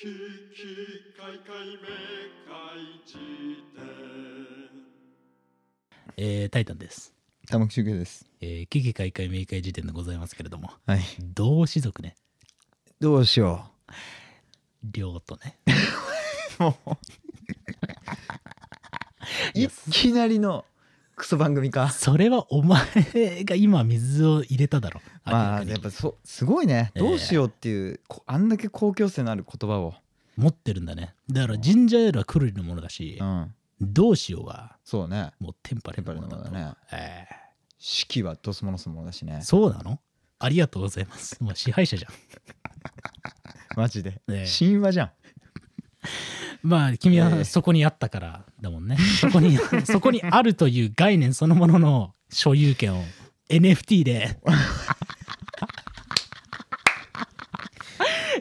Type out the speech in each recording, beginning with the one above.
ききかいかいめかいじえー、タイタンです。玉木周慶です。えー、危機開会明快時点でございますけれども、はい。同士族ね、どうしよ両と ね。う。もう。 いきなりのクソ番組か。それはお前が今水を入れただろ。まあ明らかやっにぱそすごいね。ええどうしようっていう、こあんだけ公共性のある言葉を。持ってるんだね。だからジンジャーエールはクルリのものだし、うん。どうしようはそうね。もうテンパレのものだとテンパレのものえ四季はドスモノスモノだしねー。そうなのありがとうございます。まあ支配者じゃん。マジで。ええ神話じゃん。まあ君えはえそこにあったからだもんね。そこ に、そこにあるという概念そのものの所有権を NFT で。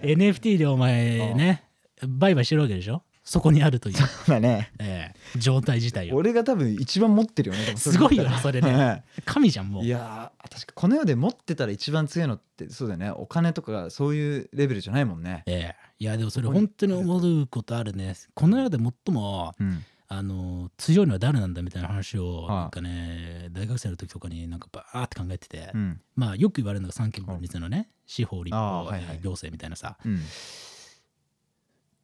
NFT でお前ね、売買してるわけでしょそこにあるという、まあね。ええ状態自体を。俺が多分一番持ってるよね。多分すごいよねそそれれだったらね。神じゃん、もええうい。やー確かこの世で持ってたら一番強いのってそうだよねお金とかそういうレベルじゃないもんね、ええいや、でもそれ本当に思うことあるね。この世で最も、うん、あの強いのは誰なんだみたいな話をはいなんかね、大学生の時とかになんかバーって考えてて、うんまあよく言われるのが三権分立のね司法立ああ法、はいはい行政みたいなさうん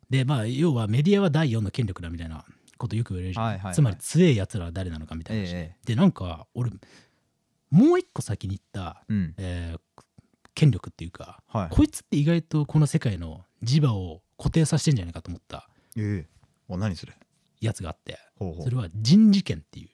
でまあ要はメディアは第四の権力だみたいなことよく言われるじゃん、はいはいはいつまり強いやつらは誰なのかみたいな話、ええでなんか俺もう一個先に行った、うんえー権力っていうかはいこいつって意外とこの世界の磁場を固定させてんじゃないかと思ったええお何それやつがあってほうほうそれは人事権っていう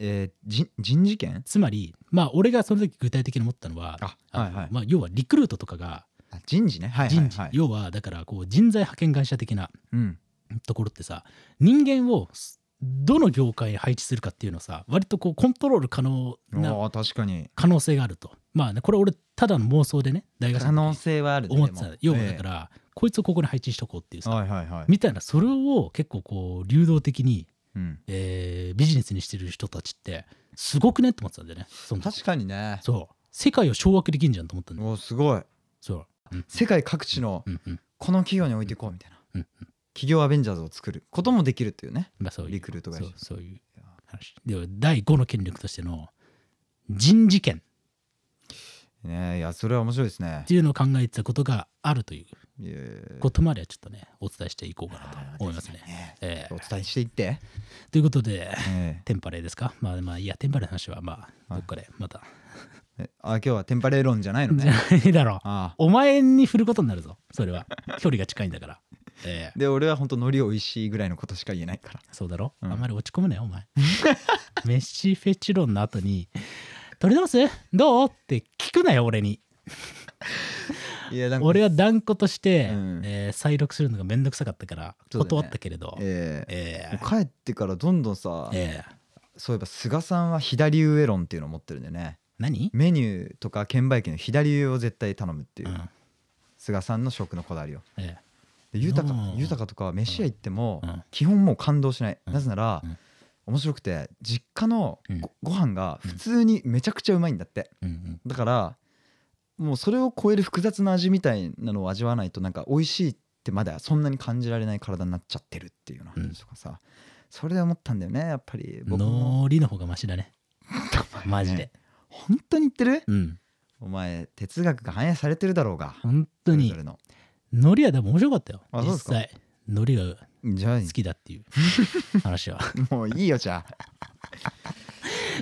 えー、人人事権つまりまあ俺がその時具体的に思ったのはああのはいはいまあ、要はリクルートとかがあ人事ねはいはい人事、はい要はだからこう人材派遣会社的なうんところってさ人間をすどの業界に配置するかっていうのをさ割とこうコントロール可能なおー確かに可能性があるとまあねこれ俺ただの妄想でね大学生可の能時性はあるね思ってでたも要はだから、こいつをここに配置しとこうっていうえさ、えはいはいはい、みたいなそれを結構こう流動的に、うん、えービジネスにしてる人たちってすごくねって思ってたんだよねその時確かにねそう世界を掌握できんじゃんと思ったんだよおーすごいそう世界各地のうんうんこの企業に置いていこうみたいな、うんうん企業アベンジャーズを作ることもできるっていうねまあそういうリクルート会社そうそういう話では第5の権力としての人事権ねえいやそれは面白いですねっていうのを考えてたことがあるといういえことまではちょっとねお伝えしていこうかなと思いますね。ねえおえ伝えしていって、ということでえテンパレーですかまあまあいやテンパレーの話はまあどっかでまた。ええあ今日はテンパレー論じゃないのじゃねないだろう。あお前に振ることになるぞそれは距離が近いんだから。えあで俺は本当海苔おいしいぐらいのことしか言えな いからえそうだろ、うんあんまり落ち込むなよお前。メッシフェチロンの後に「取り直すどう?」って聞くなよ俺に。いやなんか俺は断固として、うんえー再録するのがめんどくさかったからそうだね断ったけれど、えええー帰ってからどんどんさ、えーそういえば菅さんは左上論っていうのを持ってるんでね何、メニューとか券売機の左上を絶対頼むっていう、うん菅さんの食のこだわりをえで豊かうん豊かとかは飯屋行ってもうん基本もう感動しない、うんなぜなら、うん面白くて実家のうんごご飯が普通にめちゃくちゃうまいんだってーうんだからもうそれを超える複雑な味みたいなのを味わわないとなんか美味しいってまだそんなに感じられない体になっちゃってるっていうような話とかさ、それで思ったんだよねやっぱりうん、僕もノーリの方がマシだね マジで、本当に言ってるうんお前哲学が反映されてるだろうが本当にそれぞれのノリはでも面白かったよあそう実ですか際ノリがじゃ好きだっていう話は あもういいよじゃあ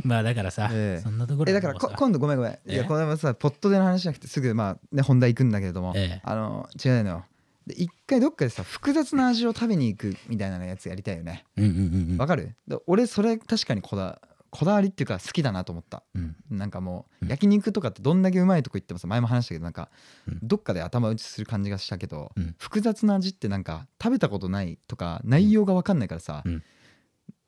まあだからさ、ええそんなところえはだからもうこさ今度ごめんごめんいやえこれはさポットでの話じゃなくてすぐまあね本題行くんだけれども、ええあの違うのよで一回どっかでさ複雑な味を食べに行くみたいなやつやりたいよねうんうんうんわかるで俺それ確かにこだこだわりっていうか好きだなと思ったうんなんかもううん焼肉とかってどんだけうまいとこ行ってもさ前も話したけどなんかうんどっかで頭打ちする感じがしたけどうん複雑な味ってなんか食べたことないとか内容が分かんないからさうん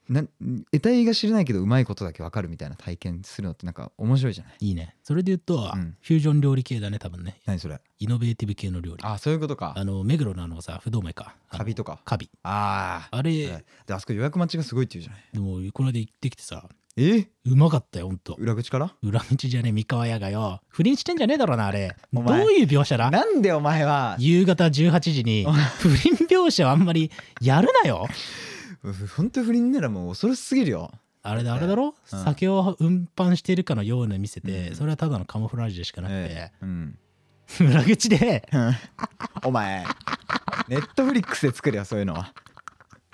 な得体が知れないけどうまいことだけ分かるみたいな体験するのってなんか面白いじゃないいいねそれで言うと、うんフュージョン料理系だね多分ね何それイノベーティブ系の料理ああそういうことかの目黒のあのさ不動明かあのカビとかカビあああれ、であそこ予約待ちがすごいって言うじゃないでもこの間行ってきてさえうまかったよほんと裏口から裏道じゃねえ三河屋がよ不倫してんじゃねえだろなあれどおう前いう描写だなんでお前は夕方18時に不倫描写はあんまりやるな よ本当に不倫ならもう恐ろしすぎるよあれだあれだろ、うん酒を運搬しているかのように見せて、うんそれはただのカモフラージュでしかなくえて、えうん裏口でお前ネットフリックスで作れよそういうのは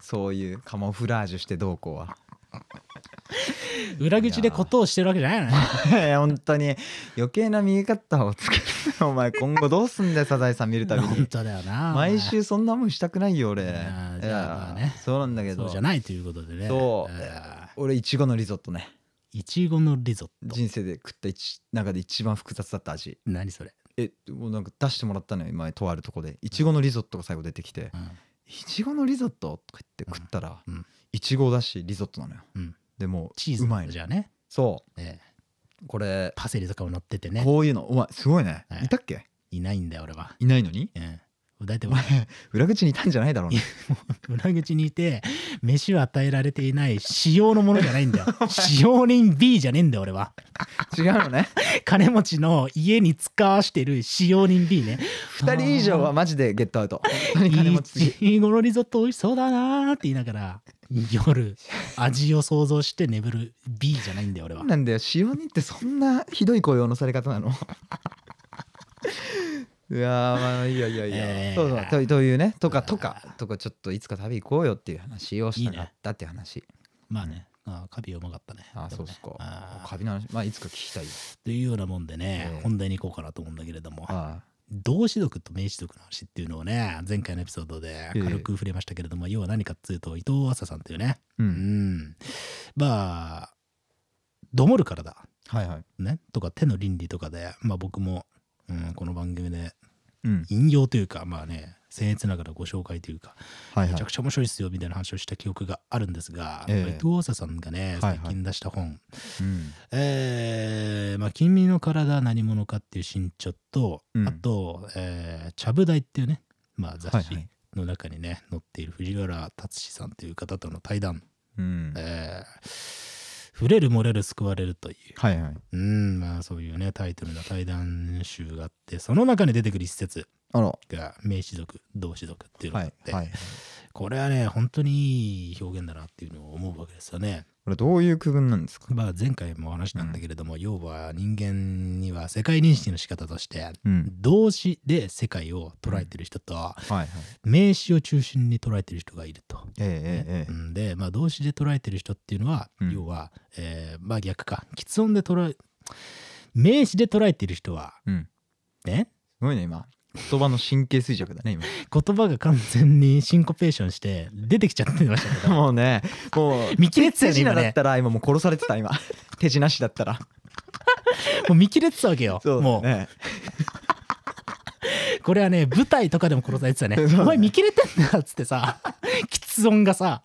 そういうカモフラージュしてどうこうは裏口でことをしてるわけじゃないのね 本当に余計な見え方をつけるお前今後どうすんだよサザエさん見るたび本に当だよな 毎週そんなもんしたくないよ俺いやーじゃあまあやねそうなんだけそうどじゃないということでねそう俺いちごのリゾットねいちごのリゾット人生で食ったいち中で一番複雑だった味何それ、えもうなんか出してもらったのよ前とあるとこでいちごのリゾットが最後出てきてうん「いちごのリゾット?」とか言って食ったらうんうんいちごだしリゾットなのよ、うんでもうチーズうまいのじゃあねそねうこれパセリとかも乗っててねこういうのお前すごいねはいいたっけいないんだよ俺は、いないのにうん、大体お前裏口にいたんじゃないだろうね裏口にいて飯は与えられていない使用のものじゃないん だよ使用人 B じゃねえんだよ俺は違うの ね金持ちの家に使わしてる使用人 B ね2人以上はマジでゲットアウト本当に 金持ちすぎいいごろリゾット美味しそうだなーって言いながら夜味を想像して眠る B じゃないんだよ俺はなんだよ使用人ってそんなひどい雇用のされ 方なのいやーまあいいやいやいや、えーそうそうとというねとかとかとかちょっといつか旅行こうよっていう話をしたかったっていう話まあねあーカビうまかったねあーでそもうねっすかあーカビの話まあいつか聞きたいよというようなもんでね、ええ本題に行こうかなと思うんだけれどもあ動詞読と名詞読の話っていうのをね前回のエピソードで軽く触れましたけれども、要は何かっていうと伊藤浅さんというねううんんまあどもるからだはいはいねとか手の倫理とかでまあ僕も、うん、この番組でうん引用というかまあね僭越ながらご紹介というかはいめはちいゃくちゃ面白いですよみたいな話をした記憶があるんですが、ええ伊藤浅さんがねはいはい最近出した本「うんえーまあ、君の体は何者か」っていう新著と、うんあと「えーちゃぶ台」っていうね、まあ、雑はい誌はいの中にね、載っている藤原達史さんという方との対談うんえー触れる漏れる救われるという、はいはいうん、まあそういうね、タイトルの対談集があって、その中に出てくる一節あらが名詞族、動詞族っていうのはがあっいて、はいこれはね、本当にいい表現だなっていうのを思うわけですよね。これどういう区分なんですかまあ前回もお話したんだけれども、要は人間には世界認識の仕方として、うん動詞で世界を捉えてる人と、はいはい名詞を中心に捉えてる人がいると。えええええうえんで、まあ、動詞で捉えてる人っていうのは、うん要は、えーまあ逆か喫音で捉え名詞で捉えてる人は、うんね、すごいね今言葉の神経衰弱だ ね今言葉が完全にシンコペーションして出てきちゃってま したけどもうね、 もう、見切れてた手よね品今だっねたら今もう殺されてた今。 手品師だったら。もう見切れてたわけよそうもね。うこれはね舞台とかでも殺されてたねそうだねお前見切れてんだっつってさ 喫音がさ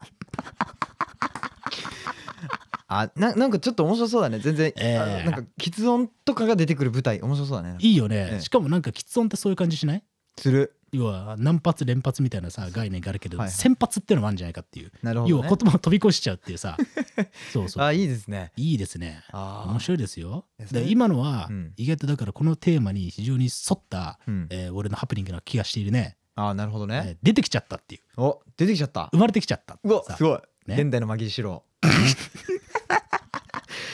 あ、ななんかちょっと面白そうだね。全然、ええあのなんか喫音とかが出てくる舞台面白そうだね。いいよね、ええしかもなんか喫音ってそういう感じしないする。要は何発連発みたいなさ概念があるけど、はいはい先発っていうのもあるんじゃないかっていうなるほ要ど、はね。言葉を飛び越しちゃうっていう さそうそうあ、いいですね。いいですねあ面白いですよいやそれで今のはうん意外とだからこのテーマに非常に沿った、い。うん、えー俺のハプニングな気がしているね、あーなるほどえね、ー出てきちゃったっていうお出てきちゃった生まれてきちゃったっていうわさすごい、ね現代の紛れしろ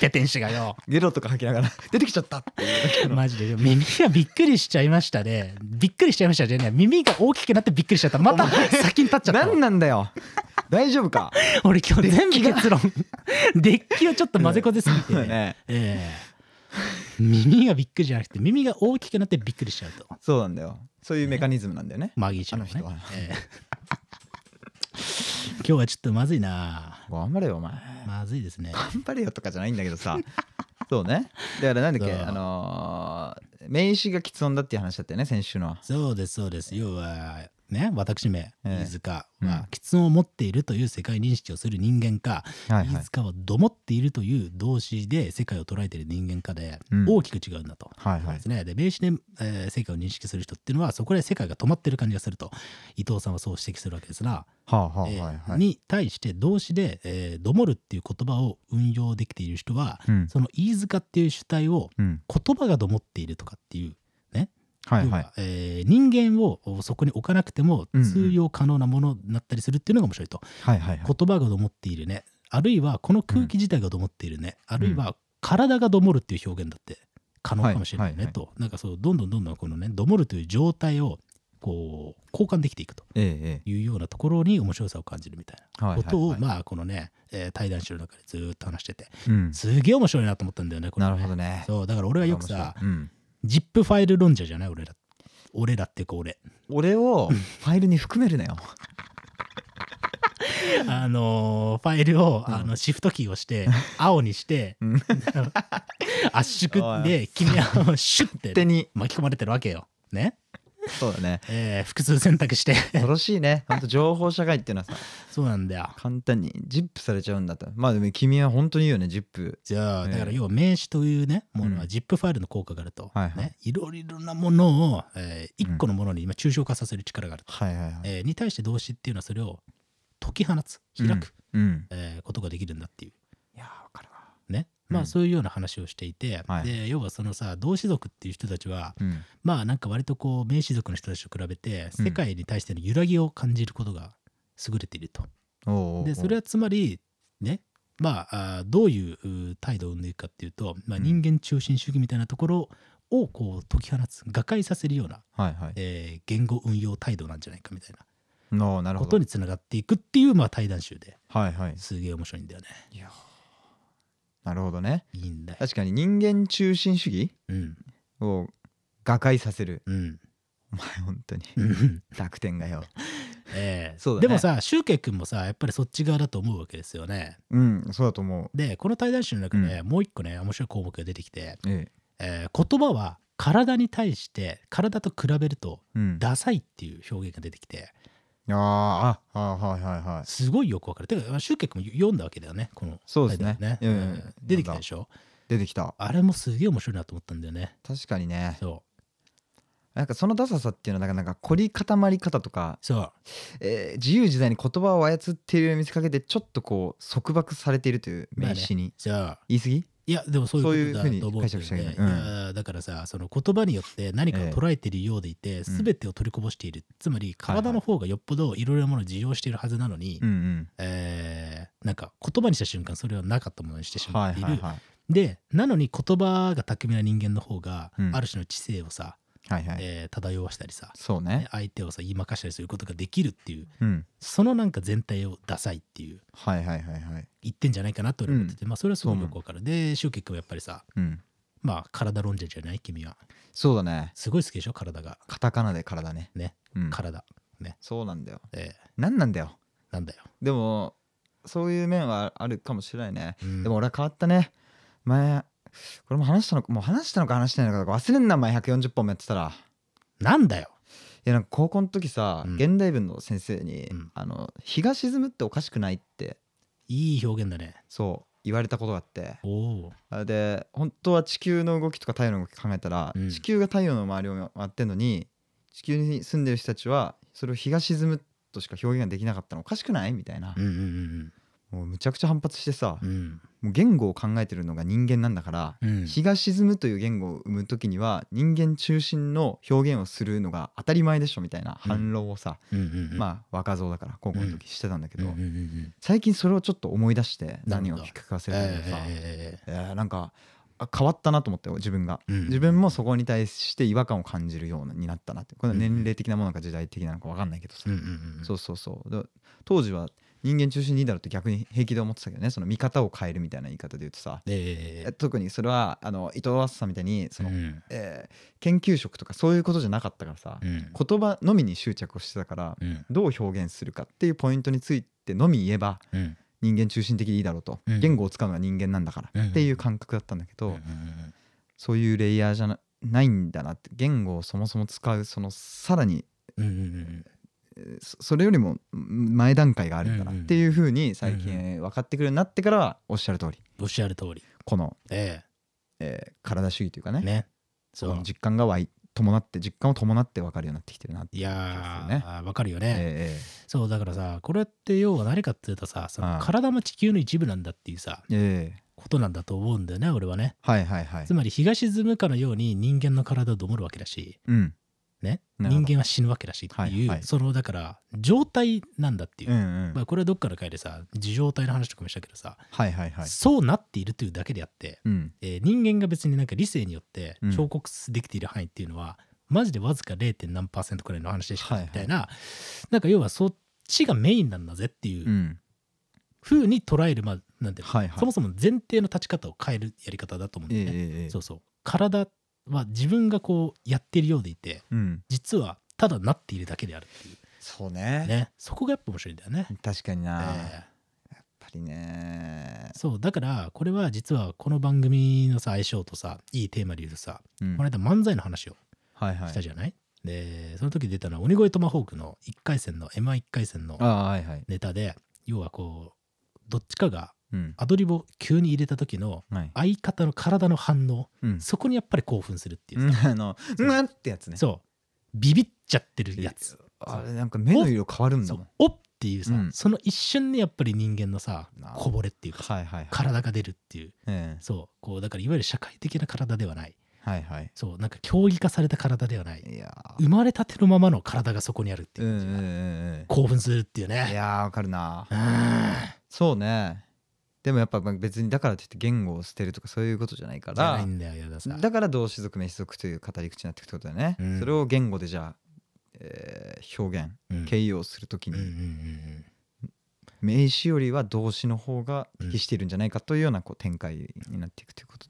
ペテン師が よゲロとか吐きながら出てきちゃったっていうだけ のマジで耳がびっくりしちゃいましたねびっくりしちゃいましたじゃね耳が大きくなってびっくりしちゃったまた先に立っちゃった何なんだよ 大丈夫か俺今日全デッキ部が結論デッキをちょっと混ぜこぜすぎて、そうだねええ耳がびっくりじゃなくて耳が大きくなってびっくりしちゃうとそうなんだよそういうメカニズムなんだよねマギーちゃんもあねの人は。ええ今日はちょっとまずいな。 頑張れよお前まずいですね。頑張れよとかじゃないんだけどさ そうねだからなんだっけそうあのー名詞が喫音だっていう話だったよね先週のそうですそうです。要はね、私め、ええ飯塚うんは、喫音を持っているという世界認識をする人間か、はいは飯い塚はどもっているという動詞で世界を捉えている人間かでうん大きく違うんだと。はいそうはいですね、で名詞で、えー世界を認識する人っていうのはそこで世界が止まってる感じがすると伊藤さんはそう指摘するわけですが、はあはあはえーいはいに対して動詞で「えーどもる」っていう言葉を運用できている人はうんその飯塚っていう主体をうん言葉がどもっているとかっていうはい要はいはえー人間をそこに置かなくてもうんうん通用可能なものになったりするっていうのが面白いと、はいはいはい言葉がどもっているねあるいはこの空気自体がどもっているね、あるいは体がどもるっていう表現だって可能かもしれないね、はいはいはいとなんかそうどんどんどんどんこのねどもるという状態をこう交換できていくとえええいうようなところに面白さを感じるみたいえなはいはいことを、はいまあこのね、えー対談集の中でずーっと話しててうんすげえ面白いなと思ったんだよねこれなねるほどねそうだから俺はよくさ面白いうん ZIP ファイル論者じゃない俺ら俺らっていうか俺 俺をファイルに含めるなよあのーファイルを、うんあのシフトキーをして青にして、 うん 圧縮で君 はシュッ勝手てに巻き込まれてるわけよ。ね、そうだねえー複数選択して 恐ろしいね本当情報社会っていうのはさそうなんだよ。簡単にジップされちゃうんだとまあでも君は本当にいいよねジップじゃあええだから要は名詞というねものうはん ZIP ファイルの効果があると、はいはいね、いろいろなものを、えうん1個のものに今抽象化させる力があると、はいはいはいえーに対して動詞っていうのはそれを解き放つ開く、うんえーことができるんだっていういやわかるわね、まうんあそういうような話をしていて、はいで要はそのさ同士族っていう人たちはうんまあなんか割とこう名士族の人たちと比べてうん世界に対しての揺らぎを感じることが優れていると。おうおうおうでそれはつまりねまああーどういううー態度を生んでいくかっていうと、まあ、うん人間中心主義みたいなところをこう解き放つ瓦解させるような、はいはいえー言語運用態度なんじゃないかみたいおうななるこほとどにつながっていくっていうまあ対談集ではいはいすげえ面白いんだよね。なるほどねいいんだよ。確かに人間中心主義うんを瓦解させる うんお前本当にうん濁点がよええそうだねでもさシュウケイ君もさやっぱりそっち側だと思うわけですよねうんそうだと思でこの対談集の中で、もう一個ね面白い項目が出てきて、うえええー言葉は体に対して体と比べるとうんダサいっていう表現が出てきてあーああはいはいはいすごいよくわかるてかシュウケイ君も読んだわけだよねこのそうですね対談うんうんうん出てきたでしょ出てきたあれもすげえ面白いなと思ったんだよね確かにねそうなんかそのダサさっていうのはなんかなんか凝り固まり方とか、そうえー自由自在に言葉を操っているように見せかけてちょっとこう束縛されているという名詞に、じゃあ言い過ぎいやでもそういうことそういうふうにだと思う解釈しちゃいけねないいやだからさその言葉によって何かをええ捉えているようでいて、全てを取りこぼしているつまり体の方がよっぽどいろいろなものを受容しているはずなのに、うんうんえーなんか言葉にした瞬間それはなかったものにしてしまはっいている、はいはいでなのに言葉が巧みな人間の方が、うんある種の知性をさ、はいはい、えー漂わしたりさ、そうねね相手をさ言いまかしたりすることができるっていううんそのなんか全体をダサいっていうはいはいはいはい言ってんじゃないかなと俺は思ってて、まあそれはすごそうい思ようくわかるでシュウケイ君はやっぱりさうんまあ体論者じゃない君はそうだねすごい好きでしょ体がカタカナで体ねね、うん、体そうなんだよえなんなんだよーなんだよ、でもそういう面はあるかもしれないねうんでも俺は変わったね前これも話したのかもう話したのか話してないのか忘れんな前140本もやってたらなんだよいやなんか高校の時さ、うん現代文の先生に、うんあの「日が沈むっておかしくない」っていい表現だねそう言われたことがあっておおあで本当は地球の動きとか太陽の動き考えたら、うん地球が太陽の周りを回ってんのに地球に住んでる人たちはそれを「日が沈む」としか表現ができなかったのおかしくないみたいなう、んうんもうむちゃくちゃ反発してさ、うんうんもう言語を考えてるのが人間なんだから、うん日が沈むという言語を生む時には人間中心の表現をするのが当たり前でしょみたいな反論をさ、うんうんうんまあ若造だから高校の時してたんだけうんど、うんうんうん最近それをちょっと思い出してなるほ何どを聞くか忘れたけどさ、ええーーなんかあ変わったなと思ったよ自分が、うん自分もそこに対して違和感を感じるようになったなってこれは年齢的なものか時代的なのか分かんないけどさ、うんうんうんそうそうそうで当時は人間中心にいいだろうって逆に平気で思ってたけどねその見方を変えるみたいな言い方で言うとさ、えー特にそれはあの伊藤淳さんみたいにその、うんえー研究職とかそういうことじゃなかったからさ、うん言葉のみに執着をしてたから、うんどう表現するかっていうポイントについてのみ言えばうん人間中心的でいいだろうと、うん言語を使うのは人間なんだからっていう感覚だったんだけど、うんうんそういうレイヤーじゃなないんだなって言語をそもそも使うそのさらにうんうんうんそそれよりもうん前段階があるからうっんうんていうふうに最う近分かってくるようになってからはおっしゃる通りおっしゃる通り。この、ええー体主義というかえねね。そそうの実感がわい伴って実感を伴って分かるようになってきてるなっていやそうですー、わかるよえね。そう、だからさ、これって要は何かっていうとさ、そのはい体も地球の一部なんだっていうさ、えええことなんだと思うんだよね、俺はね。えはいはいはいつまり、日が沈むかのように人間の体をどもるわけだし、うんね、なる人ほど間は死ぬわけだしってはいいはう、いその、だから、状態なんだっていうう。んうんまあ、これはどっかの回でさ、自状態の話とかもしたけどさ、はいはいはいそうなっているというだけであって、うんえー人間が別になんか理性によってうん彫刻できている範囲っていうのは、マジでわずか 0. 何パーセントくらいの話でしはかいはみいたいな、なんか要はそっちがメインなんだぜっていううんふうに捉える、まあなんていうのはいはいそもそも前提の立ち方を変えるやり方だと思うんえだえよね。ええええそうそう体は自分がこうやってるようでいてうん実はただなっているだけであるっていそううねねそこがやっぱ面白いんだよね。確かにな、えやーっぱりねそうだからこれは実はこの番組のさ相性とさいいテーマで言うとさうんこの間漫才の話をはいはいしたじゃない、でその時出たのは鬼越トマホークの1回戦の m 1 1回戦のああはいはいネタで要はこうどっちかがうんアドリブを急に入れた時のはい相方の体の反応うんそこにやっぱり興奮するっていうう、んあのそう うんってやつねそうビビっちゃってるやつあれなんか目の色変わるんだそもうんおっっていうさ、うんその一瞬にやっぱり人間のさなこぼれっていうかさはいはいはい体が出るっていうええそうこうだからいわゆる社会的な体ではないはいはいそうなんか競技化された体ではないいやー生まれたてのままの体がそこにあるっていううん感うじんが、うん興奮するっていううんいねやーわかるなうんそうねでもやっぱまあ別にだからといって言語を捨てるとかそういうことじゃないかじゃならいんだよ矢田さんだから動詞族名詞族という語り口になっていくってことだよね、うんそれを言語でじゃあ、えー表現うん形容するときうんうんうんに名詞よりは動詞の方が適しているんじゃないかというようなこう展開になっていくということうん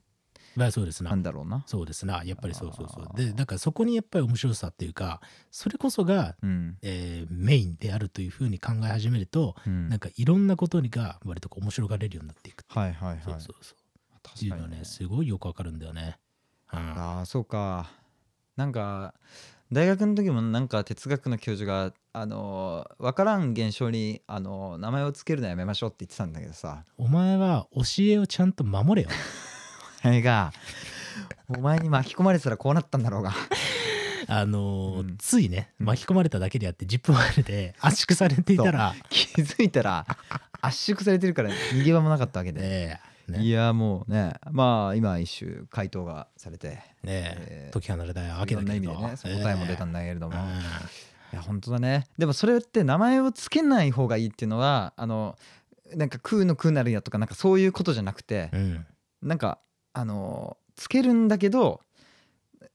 まあそうですななんだろうな。そうですなやっぱりそうそうそうあーでだからそこにやっぱり面白さっていうかそれこそが、うんえーメインであるというふうに考え始めると、うんなんかいろんなことにが割とこう面白がれるようになっていくっていうはいはいはい。そうそうそうって確いうかのはにねねすごいよくわかるんだよね、うん、ああそうか。なんか大学の時もなんか哲学の教授があのーわからん現象にあのー名前をつけるのやめましょうって言ってたんだけどさ。お前は教えをちゃんと守れ よお前がお前に巻き込まれてたらこうなったんだろうが。あのーうんついねうん巻き込まれただけであって10分前で圧縮されていた ら気づいたら圧縮されてるから逃げ場もなかったわけで。ねえいねやもうねまあ今一種回答がされてえねええー解き放れたわいけろだんなけ意ど味でねその答えも出たんだけれども、えいや本当だねでもそれって名前をつけない方がいいっていうのはあのなんか「空の空なるや」とかなんかそういうことじゃなくてえ、うんなんかあのつけるんだけど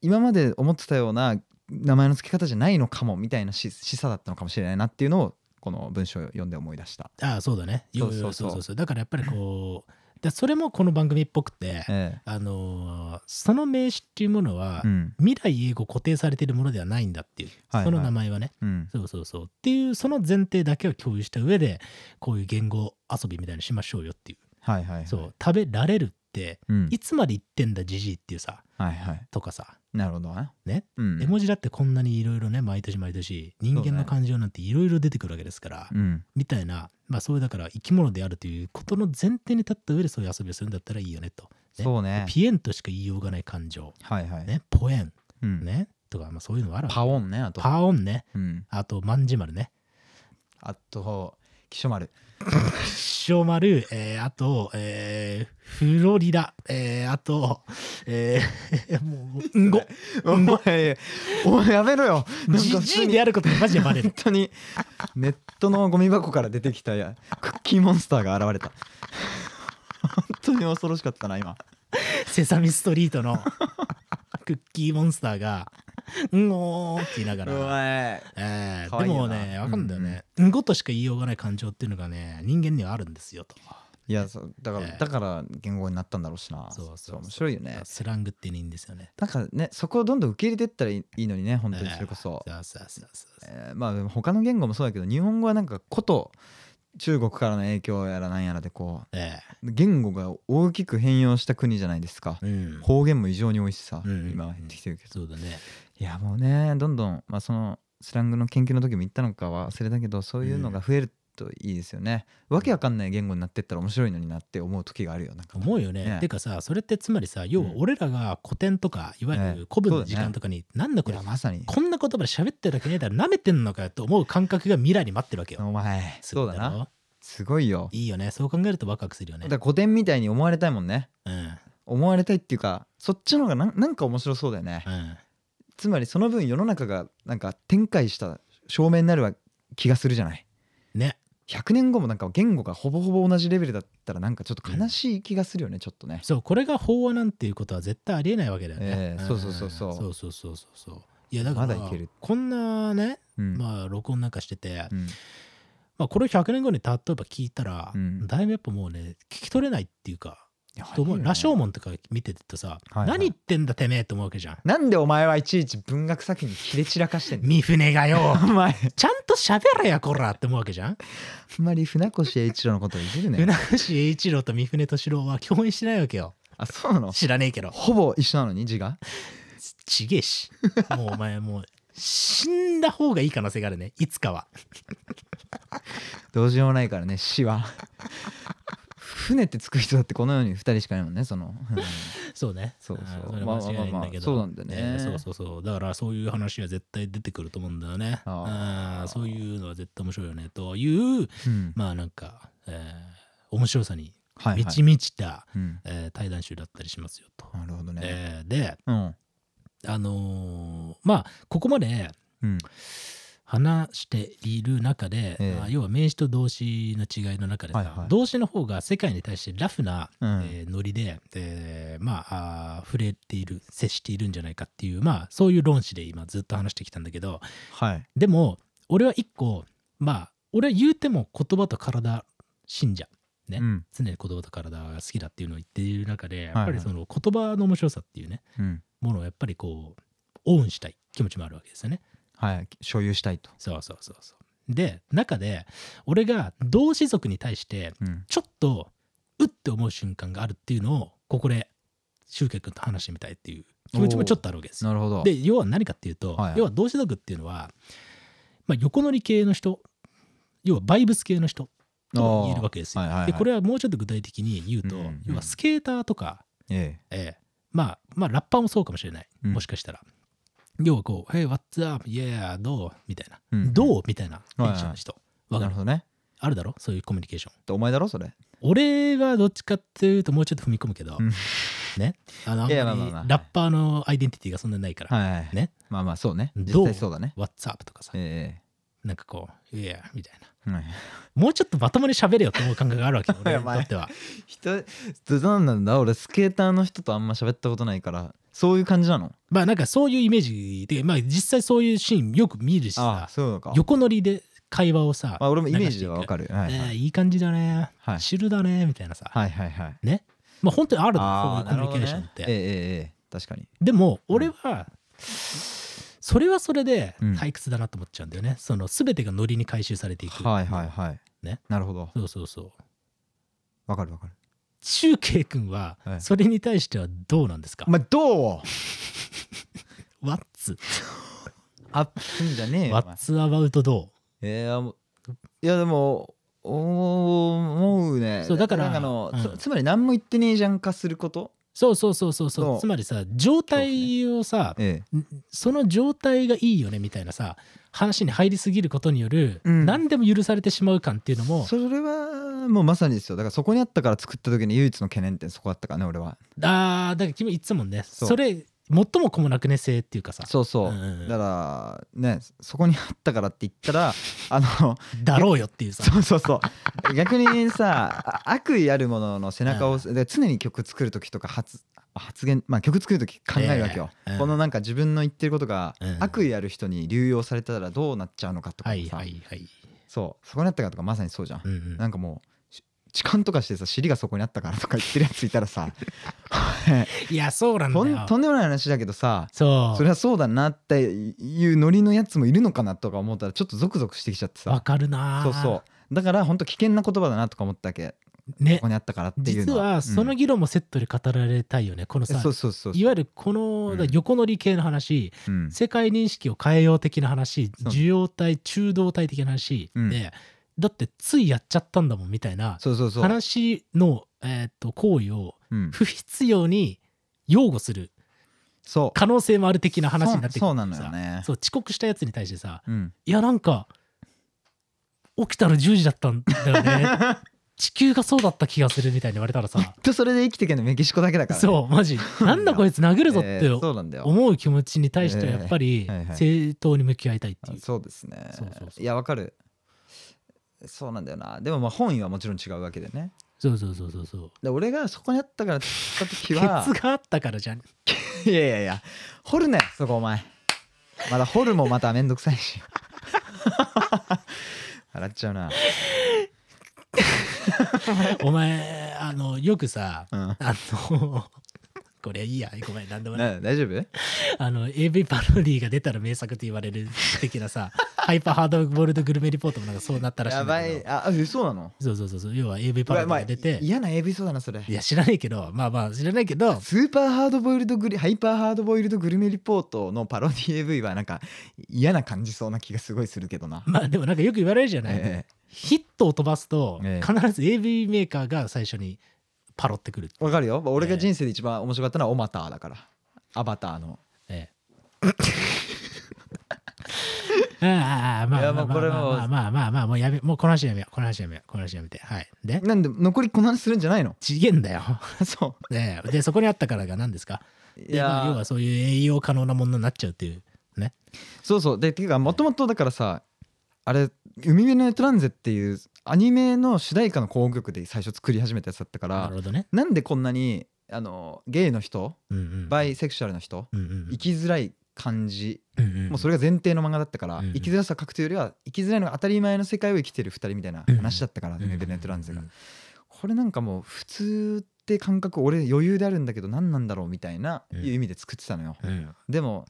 今まで思ってたような名前の付け方じゃないのかもみたいなし示唆だったのかもしれないなっていうのをこの文章を読んで思い出した。ああそうだねそそううそそううそそううそうだからやっぱりこうだそれもこの番組っぽくてえあのーその名詞っていうものはえ、うん未来英語固定されているものではないんだっていうはいはいその名前はねうんそうそうそうっていうその前提だけを共有した上でこういう言語遊びみたいにしましょうよっていうはいはいはい、そう食べられるってうんいつまで言ってんだじじいっていうさはいはい、とかさなるほどね。ねうん、絵文字だってこんなにいろいろね毎年毎年人間の感情なんていろいろ出てくるわけですからうん、みたいなまあそういうだから生き物であるということの前提に立った上でそういう遊びをするんだったらいいよねとそうね。ピエンとしか言いようがない感情はいはい。ねポエンうん、ねとかまあそういうのもあるわけパオンね、あと。パオンねうん、あとまんじ丸ねあと、キショマル。ショマル、えーあと、えーフロリダ、えーあと、えーもう、うんご、 お前、お前やめろよ。なんかじ普じ通いでにやることがマジでバレ本る。 当にネットのゴミ箱から出てきたやクッキーモンスターが現れた。本当に恐ろしかったな、今。セサミストリートのクッキーモンスターが、うんごーって言いながおら。前。えーかわでいいよもなね、わかるんだよね。うんごとしか言いようがない感情っていうのがね、人間にはあるんですよと。いや、そうだから、ええだから言語になったんだろうしな。そうそうそう面白いよね。スラングっていうのいいんですよね。なんかね、そこをどんどん受け入れてったらいいいいのにね、本当にそれこそ。えーそうそうそうそうえーまあでも他の言語もそうだけど日本語はなんかこと中国からの影響やらなんやらでこえう言語が大きく変容した国じゃないですかーうん。方言も異常に多いしさうん今は減ってきてるけどそうだね。いやもうねどんどんまあそのスラングの研究の時も言ったのかは忘れたけどそういうのが増えるといいですよね、わけわかんない言語になってったら面白いのになって思う時があるよなんか思うよね。ねてかさそれってつまりさ要はうん俺らが古典とかいわゆるね古文の時間とかに、なんだこいれやまさにこんな言葉で喋ってるだけねえだろ舐めてんのかよと思う感覚が未来に待ってるわけよ。お前すごそういだろなすごいよいいよねそう考えるとワクワクするよねだか。ら古典みたいに思われたいもんねうんうん思われたいっていうかそっちの方がなんなんか面白そうだよねつまりその分世の中がなんか展開した証明になるわ気がするじゃないね100年後もなんか言語がほぼほぼ同じレベルだったらなんかちょっと悲しい気がするよね、ちょっとねそうこれが飽和なんていうことは絶対ありえないわけだよねえ。えそうそうそうそうそうそうそうそうそういやだからまだいけるこんなねうんまあ録音なんかしてて、うんまあ、これを100年後に例えば聞いたら、うんだいぶやっぱもうね聞き取れないっていうかいやと思あうりえない羅生門とか見てるとさ、はいはい何言ってんだてめえと思うわけじゃんなんでお前はいちいち文学作品に切れ散らかしてんの三船がよ お前ちゃんと喋れやこらって思うわけじゃん、あんまり船越英一郎のことをいじるね船越英一郎と三船敏郎は共演してないわけよあそうなの知らねえけどほぼ一緒なのに字がちげえしもうお前もう死んだ方がいい可能性があるねいつかはどうしようもないからね詩は船ってつく人だってこの世に2人しかいないもんねその、うんそうねそうそうあーれは間違いないんだけどまあまあまあまあそうなんだよねええそうそうそうだからそういう話は絶対出てくると思うんだよねあーうんそういうのは絶対面白いよねといううんまあなんか、えー面白さにはいはい満ち満ちた、うんえー対談集だったりしますよと。なるほどね、えーでうんあのーまあここまでうん話している中で、ええまあ要は名詞と動詞の違いの中でさ、はいはい動詞の方が世界に対してラフな、うんえーノリで、えーまああー触れている接しているんじゃないかっていうまあそういう論旨で今ずっと話してきたんだけどはいでも俺は一個まあ俺は言うても言葉と体信者ね、うん常に言葉と体が好きだっていうのを言っている中でやはいっぱりその言葉の面白さっていうねうんものをやっぱりこうオンしたい気持ちもあるわけですよね。はい所有したいとそうそうそうそう。で中で俺が同士族に対してうんちょっとうって思う瞬間があるっていうのをここで集客と話してみたいっていう気持ちもちょっとあるわけですよ。なるほどで要は何かっていうと、はいはい要は同士族っていうのは、まあ、横乗り系の人要はバイブス系の人と言えるわけですよ。はいはいはいでこれはもうちょっと具体的に言うと、うんうん要はスケーターとかえええまあ、まあ、ラッパーもそうかもしれない。うんもしかしたら。要はこう、Hey, what's up? Yeah, どうみたいな。えんどうみたいなテンションの人。わかなるるほどねあるだろそういうコミュニケーション。お前だろそれ俺はどっちかっていうともうちょっと踏み込むけどうん、ね。あの、あんまいりやラまあまあまあッパーのアイデンティティがそんなにないから、はいはいね。まあまあそうねど実う際そうだね What's up? とかさ、えなんかこう、Yeah, みたいな。えはいもうちょっとまともに喋れよって思う感覚があるわけよ、 い俺やにとっては。 人どどうなんだ俺スケーターの人とあんま喋ったことないからそういう感じなのまあなんかそういうイメージで、まあ実際そういうシーンよく見るしああさ、そういうのか横乗りで会話をさ、まあ俺もイメージではわかるはいえーはいいい感じだね、はい汁だねみたいなさ、はいはいはいねまあ本当にあるあのあそういうコミュニケーシなョるンっほて、どねええええええ確かにでも俺はそれはそれでうん退屈だなと思っちゃうんだよね、その全てがノリに回収されていくはいはいはいねなるほどそうそうそうわかるわかる中慶君ははいそれに対してはどうなんですか、お前どうワッツアップすんじゃねえよワッツアバウトどえー、もういやでもお思うねそうだからなんあの、つうんつまり何も言ってねえじゃん化することうそうそうそうそうそそううつまりさ状態をさえその状態がいいよねみたいなさ話に入りすぎることによる、うん何でも許されてしまう感っていうのえもそれはもうまさにですよだからそこにあったから作った時に唯一の懸念点そこだったからね俺はあーだから君言ってたもんねそそうれ最もこもなくね性っていうかさそうそう、うんうんうんだからねそこにあったからって言ったらあのだろうよっていうさそうそうそう逆にさあ悪意あるものの背中を押すで常に曲作る時とか発発言まあ曲作る時考えるわけよ、ええうんこのなんか自分の言ってることがうん悪意ある人に流用されたらどうなっちゃうのかとかはさ、いはいはい、そうそこにあったからとかまさにそうじゃん、うんうんなんかもうし痴漢とかしてさ尻がそこにあったからとか言ってるやついた らさいやそうなんだとよんとんでもない話だけどさそそうりゃそうだなっていうノリのやつもいるのかなとか思ったらちょっとゾクゾクしてきちゃってわさかるなそうそうだから本当危険な言葉だなとか思ったわけねここにあったからっていう実のはそのうん議論もセットで語られたいよね、このさそうそうそういわゆるこのうんだから横乗り系の話、うん世界認識を変えよう的な話そう受容体中道体的な話で、うんだってついやっちゃったんだもんみたいなそうそうそう話の、えーっと行為をうん不必要に擁護するそう可能性もある的な話になってくそうるそうなからのさよねそう遅刻したやつに対してさうん「いやなんか起きたら10時だったんだよね 地球がそうだった気がする」みたいに言われたらさとそれで生きてけんのメキシコだけだからねそうマジなんだこいつ殴るぞっえてーそうなんだよ思う気持ちに対してはやっぱりえーはいはい正当に向き合いたいっていうそうですねそうそうそうやわかるそうなんだよなでもまあ本意はもちろん違うわけでねそうそうそうそうそうで俺がそこにあったからった時ケツ はがあったからじゃんいやいやいや掘るなよそこお前まだ掘るもまためんどくさいし 笑っちゃうなお前あのよくさ うんなあの これいいやごめんなんでもない大丈夫あの AV パロディが出たら名作と言われる的な さハイパーハードボールドグルメリポートもなんかそうなったらしいやんだばけどいあえそうなのそうそうそうそう要は AV パロディうわまあが出て、い嫌な AV そうだなそれや知らないけどまあまあ知らないけどスーパーハードボイルドグリハイパーハードボイルドグルメリポートのパロディ AV はなんか嫌な感じそうな気がすごいするけどな、まあでもなんかよく言われるじゃない、えヒットを飛ばすとえ必えず AV メーカーが最初にパロってくる、えわかるよ俺えがえ人生で一番面白かったのはオマターだからアバターのええ ああああまいやあまあもうまこれもあまあまあまあまあもうやめもうこの話やめようこの話やめようこの話やめてはいでなんで残りこの話するんじゃないの ちげんだよ、 そねえ、でそこにあったからが何ですかうでまあ要はそういう栄養可能なものになっちゃうっていうねそうそうでていうかもともとだからさあれ「海辺のエトランゼ」っていうアニメの主題歌の広曲で最初作り始めたやつだったかならるほどねなんでこんなにあのゲイの人うんうんバイセクシュアルの人うんうん生きづらい感じうんうんもうそれが前提の漫画だったからうん生きづらさ確定よりは生きづらいのが当たり前の世界を生きてる2人みたいな話だったから「うん海辺のエトランゼ」がうんこれなんかもう普通って感覚俺余裕であるんだけど何なんだろうみたいなうんいう意味で作ってたのよ。うんでも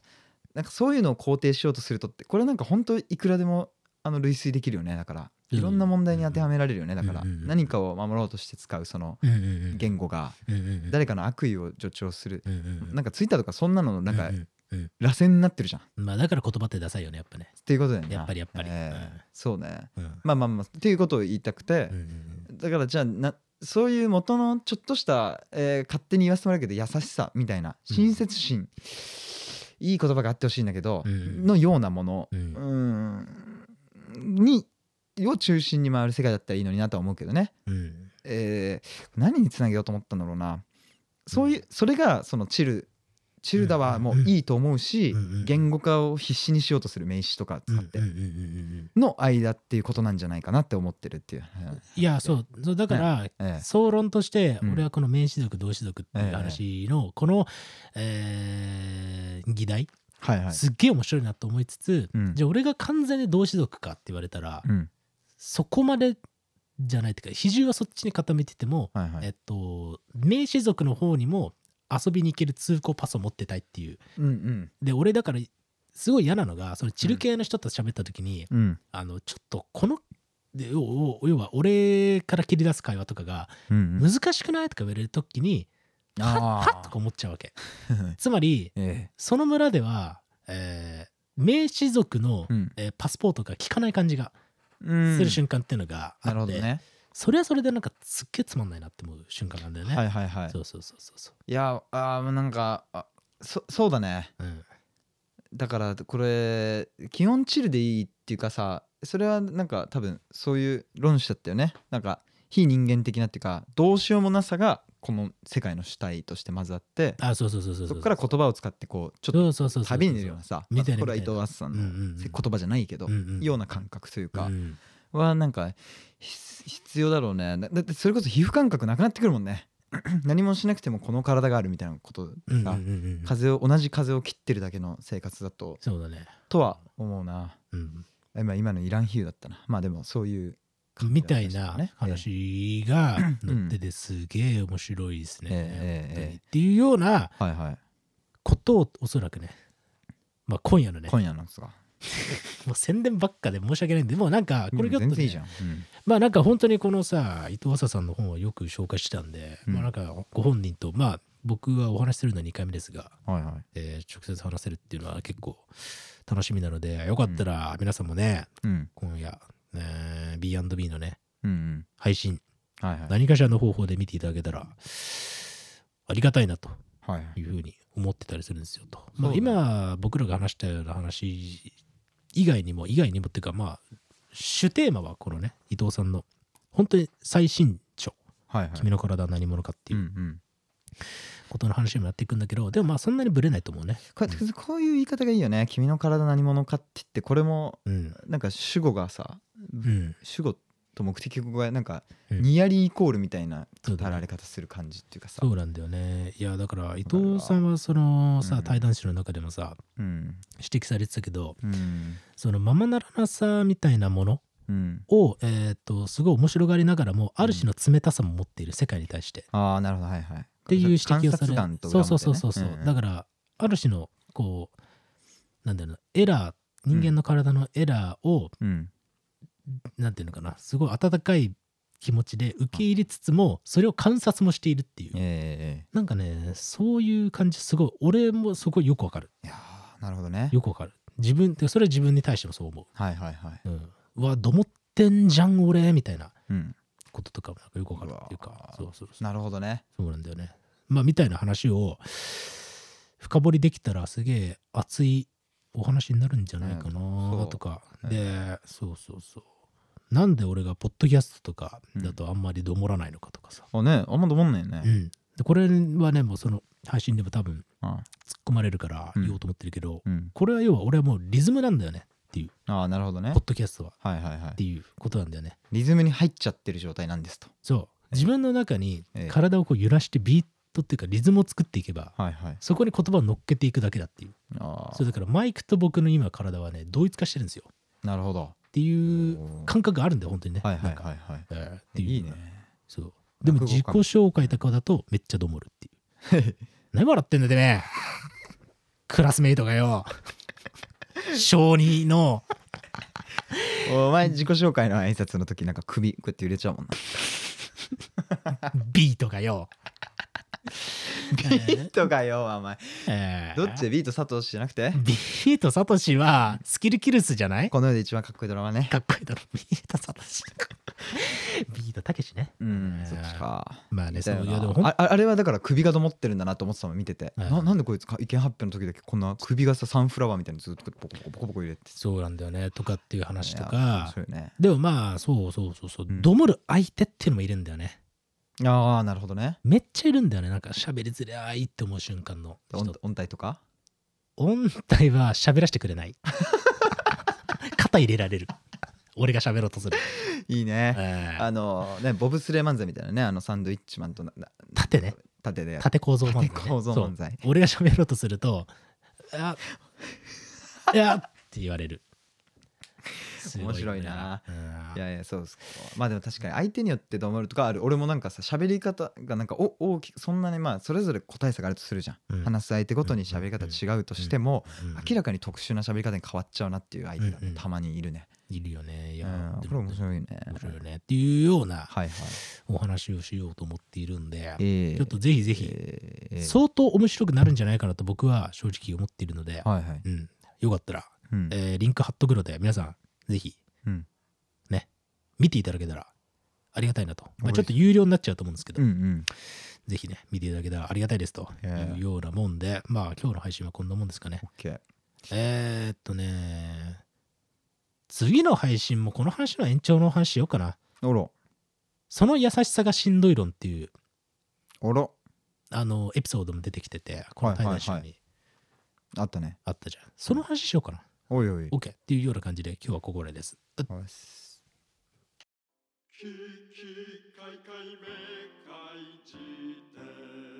なんかそういうのを肯定しようとするとってこれなんか本当いくらでもあの類推できるよねだからうんいろんな問題に当てはめられるよねだからうんうんうん何かを守ろうとして使うそのうんうんうん言語がうんうんうん誰かの悪意を助長するうんうんうんなんかツイッターとかそんなのなんかうう螺旋になってるじゃんっまあだから言葉ってダサいよねやっぱねていうことだよねやっぱりやっぱりええうんそうねうんまあまあまあっていうことを言いたくてうんうんだからじゃあなそういう元のちょっとした、えー勝手に言わせてもらうけど優しさみたいなうん親切心、いい言葉があってほしいんだけど、うんのようなもの、うんうんにを中心に回る世界だったらいいのになとは思うけどね、うんえー何につなげようと思ったんだろうなそういうそれがそのチルチルダはもういいと思うし、うんうん言語化を必死にしようとする名詞とか使ってうんうんうんうんの間っていうことなんじゃないかなって思ってるっていう。うんいやそうそうだからええ総論としてうん俺はこの名詞族同士族っていう話のこのえー議題はいはいすっげえ面白いなと思いつつうんじゃあ俺が完全に同士族かって言われたらうんそこまでじゃないっていうか比重はそっちに傾いててもはいはえっと名詞族の方にも遊びに行ける通行パスを持ってたいっていううんで俺だからすごい嫌なのがそのチル系の人と喋った時に、うんうんあのちょっとこので要要要は俺から切り出す会話とかがうんうん難しくないとか言われる時に、はあっーはっとか思っちゃうわ けつまりええその村では、えー名士族の、うんえーパスポートが効かない感じがうんする瞬間っていうのがあなるっほて、どねそれはそれでなんかすっげえつまんないなって思う瞬間なんだよね、はいはいはいそうそうそうそうそいやあーなんかあそそうだねううんだからこれ基本チルでいいっていうかさそれはなんか多分そういう論旨だったよねなんか非人間的なっていうかどうしようもなさがこの世界の主体としてまずあってあそうそうそうそうそここから言葉を使ってこうちょっとそうそうそうそう旅に出るようなさみたいなまあこれは伊藤敦さんうんうのんうん言葉じゃないけどうんうんような感覚というかうんはなんか必必要だろうねだだってそれこそ皮膚感覚なくなってくるもんね 何もしなくてもこの体があるみたいなことうんうんうがんうん風を同じ風を切ってるだけの生活だとそうだね、とは思うなうん、今今のイラン比喩だったなまあでもそういう感じみたいだなねえ話がうん載っててすげえ面白いですね、えええ本え当にっていうようなえはいはいことをおそらくねまあ今夜のね今夜なんですがもう宣伝ばっかで申し訳ないんで、でもうなんか、これちょっと、全ね然いいじゃん、まあなんか本当にこのさ、伊藤浅さんの本をよく紹介してたんで、うんまあなんかご本人と、まあ僕はお話しするのは2回目ですが、うんはいはいえー直接話せるっていうのは結構楽しみなので、よかったら皆さんもね、うん今夜、えー B&B のね、うんうん配信、はいはい何かしらの方法で見ていただけたら、ありがたいなとはいはいいうふうに思ってたりするんですよと。まあ、そうだね今、僕らが話したような話以外にも、以外にもっていうか、まあ、主テーマはこのね、伊藤さんの、本当に最新著、はいはい君の体は何者かってうんいううんことの話にもなっていくんだけど、でもまあ、そんなにブレないと思うね。こうやってこういう言い方がいいよね「君の体何者か」って言ってこれもうん。なんか主語がさうん。主語と目的語がなんかうんニアリーイコールみたいなそうだねたられ方する感じっていうかさそうなんだよね。いや、だから、伊藤さんは、そのうさ、ん対談集の中でもさ、うん指摘されてたけど、うんそのままならなさみたいなものうんを、えっと、すごい面白がりながらも、ある種の冷たさも持っている世界に対して。ああなるほどはいはいっっていう指摘をされ観察そうそうそうそうそう、だらからある種のこうなんだろうなエラー人間の体のエラーを、うんなんていうのかなすごい温かい気持ちで受け入れつつもそれを観察もしているっていう、えなんかねそういう感じすごい俺もすごいよくわかるえいやーなるほどねよくわかる自分ってそれは自分に対してもそう思、はいはいはいううん、うわどもってんじゃん俺みたいなうんこととかもなんかよくわかるっていううかわーそうそうそうなるほどねそうなんだよね。まあ、みたいな話を深掘りできたらすげえ熱いお話になるんじゃないかうんそなうとか、うんで、そうそうそう。なんで俺がポッドキャストとかだとあんまりどもらないのかとかさ。あねあんまどもんないよねうん。でこれはね、もうその配信でも多分あ突っ込まれるからうん言おうと思ってるけど、うんこれは要は俺はもうリズムなんだよねっていう、ああなるほどねポッドキャストはっはいはいはいていうことなんだよね。リズムに入っちゃってる状態なんですとそう。自分の中にええ体をこう揺らしてビートっていうかリズムを作っていけば、はいはいそこに言葉を乗っけていくだけだっていう。あそうだからマイクと僕の今体はね同一化してるんですよっあなるほどていうおー感覚があるんだよ本当にね。はいはないんかはいはいえーっていういいねそうでも落語自己家紹介とかだとめっちゃどもるっていう。何笑ってんだてめえクラスメイトが よ小児のお前自己紹介の挨拶の時なんか首こうやって揺れちゃうもんなビートがよ、ビートかよお前えーどっちでビート佐藤氏じゃなくてビートサトシはスキルキルスじゃないかこの世で一番かっこいいドラマねっこいいだろビートサトシビートたけしねうんえーそっちかまあねみそたういいなやでもほんあああれはだから首がどもってるんだなと思ってたの見ててはいななんでこいつか意見発表の時だけこんな首がさサンフラワーみたいにずっとこうボコボコボコボコ入れてそうなんだよねとかっていう話といやかそうよねでもまあそうそうそうそう、うんどもる相手っていうのもいるんだよねああなるほどねめっちゃいるんだよねなんか喋りづらいって思う瞬間の音人音体とか音体は喋らせてくれない肩入れられる俺が喋ろうとす る、いいねえーあのねボブスレー漫才みたいなねあのサンドイッチマンとなな縦ね縦でやる縦構造漫才、ね、縦構造そう漫才俺が喋ろうとすると「あいや」って言われるすご面白いなうんいやいやそうですけどまあでも確かに相手によってどう思るとかある俺もなんかさ喋り方がなんかお大きくそんなにまあそれぞれ個体差があるとするじゃん、うん話す相手ごとに喋り方違うとしても、うん明らかに特殊な喋り方に変わっちゃうなっていう相手がうんうんたまにいるね、いるよねいうんや、でこれも面白いね面白いよねっていうようなはいはいお話をしようと思っているんで、えーちょっとぜひぜひ、えーえー相当面白くなるんじゃないかなと僕は正直思っているので、はいはいうん、よかったら、うんえーリンク貼っとくので皆さんぜひうんね見ていただけたらありがたいなと、まあ、俺ちょっと有料になっちゃうと思うんですけど、うんうんぜひね見ていただけたらありがたいですといやいいやうようなもんでまあ今日の配信はこんなもんですかね OK えーっとね次の配信もこの話の延長の話しようかなおろその優しさがしんどい論っていうおろあのエピソードも出てきててこの対談集はいはいにあったねあったじゃん、その話しようかなおいおい OK っていうような感じで今日はここまでですおいっすキキカイカイめかいじて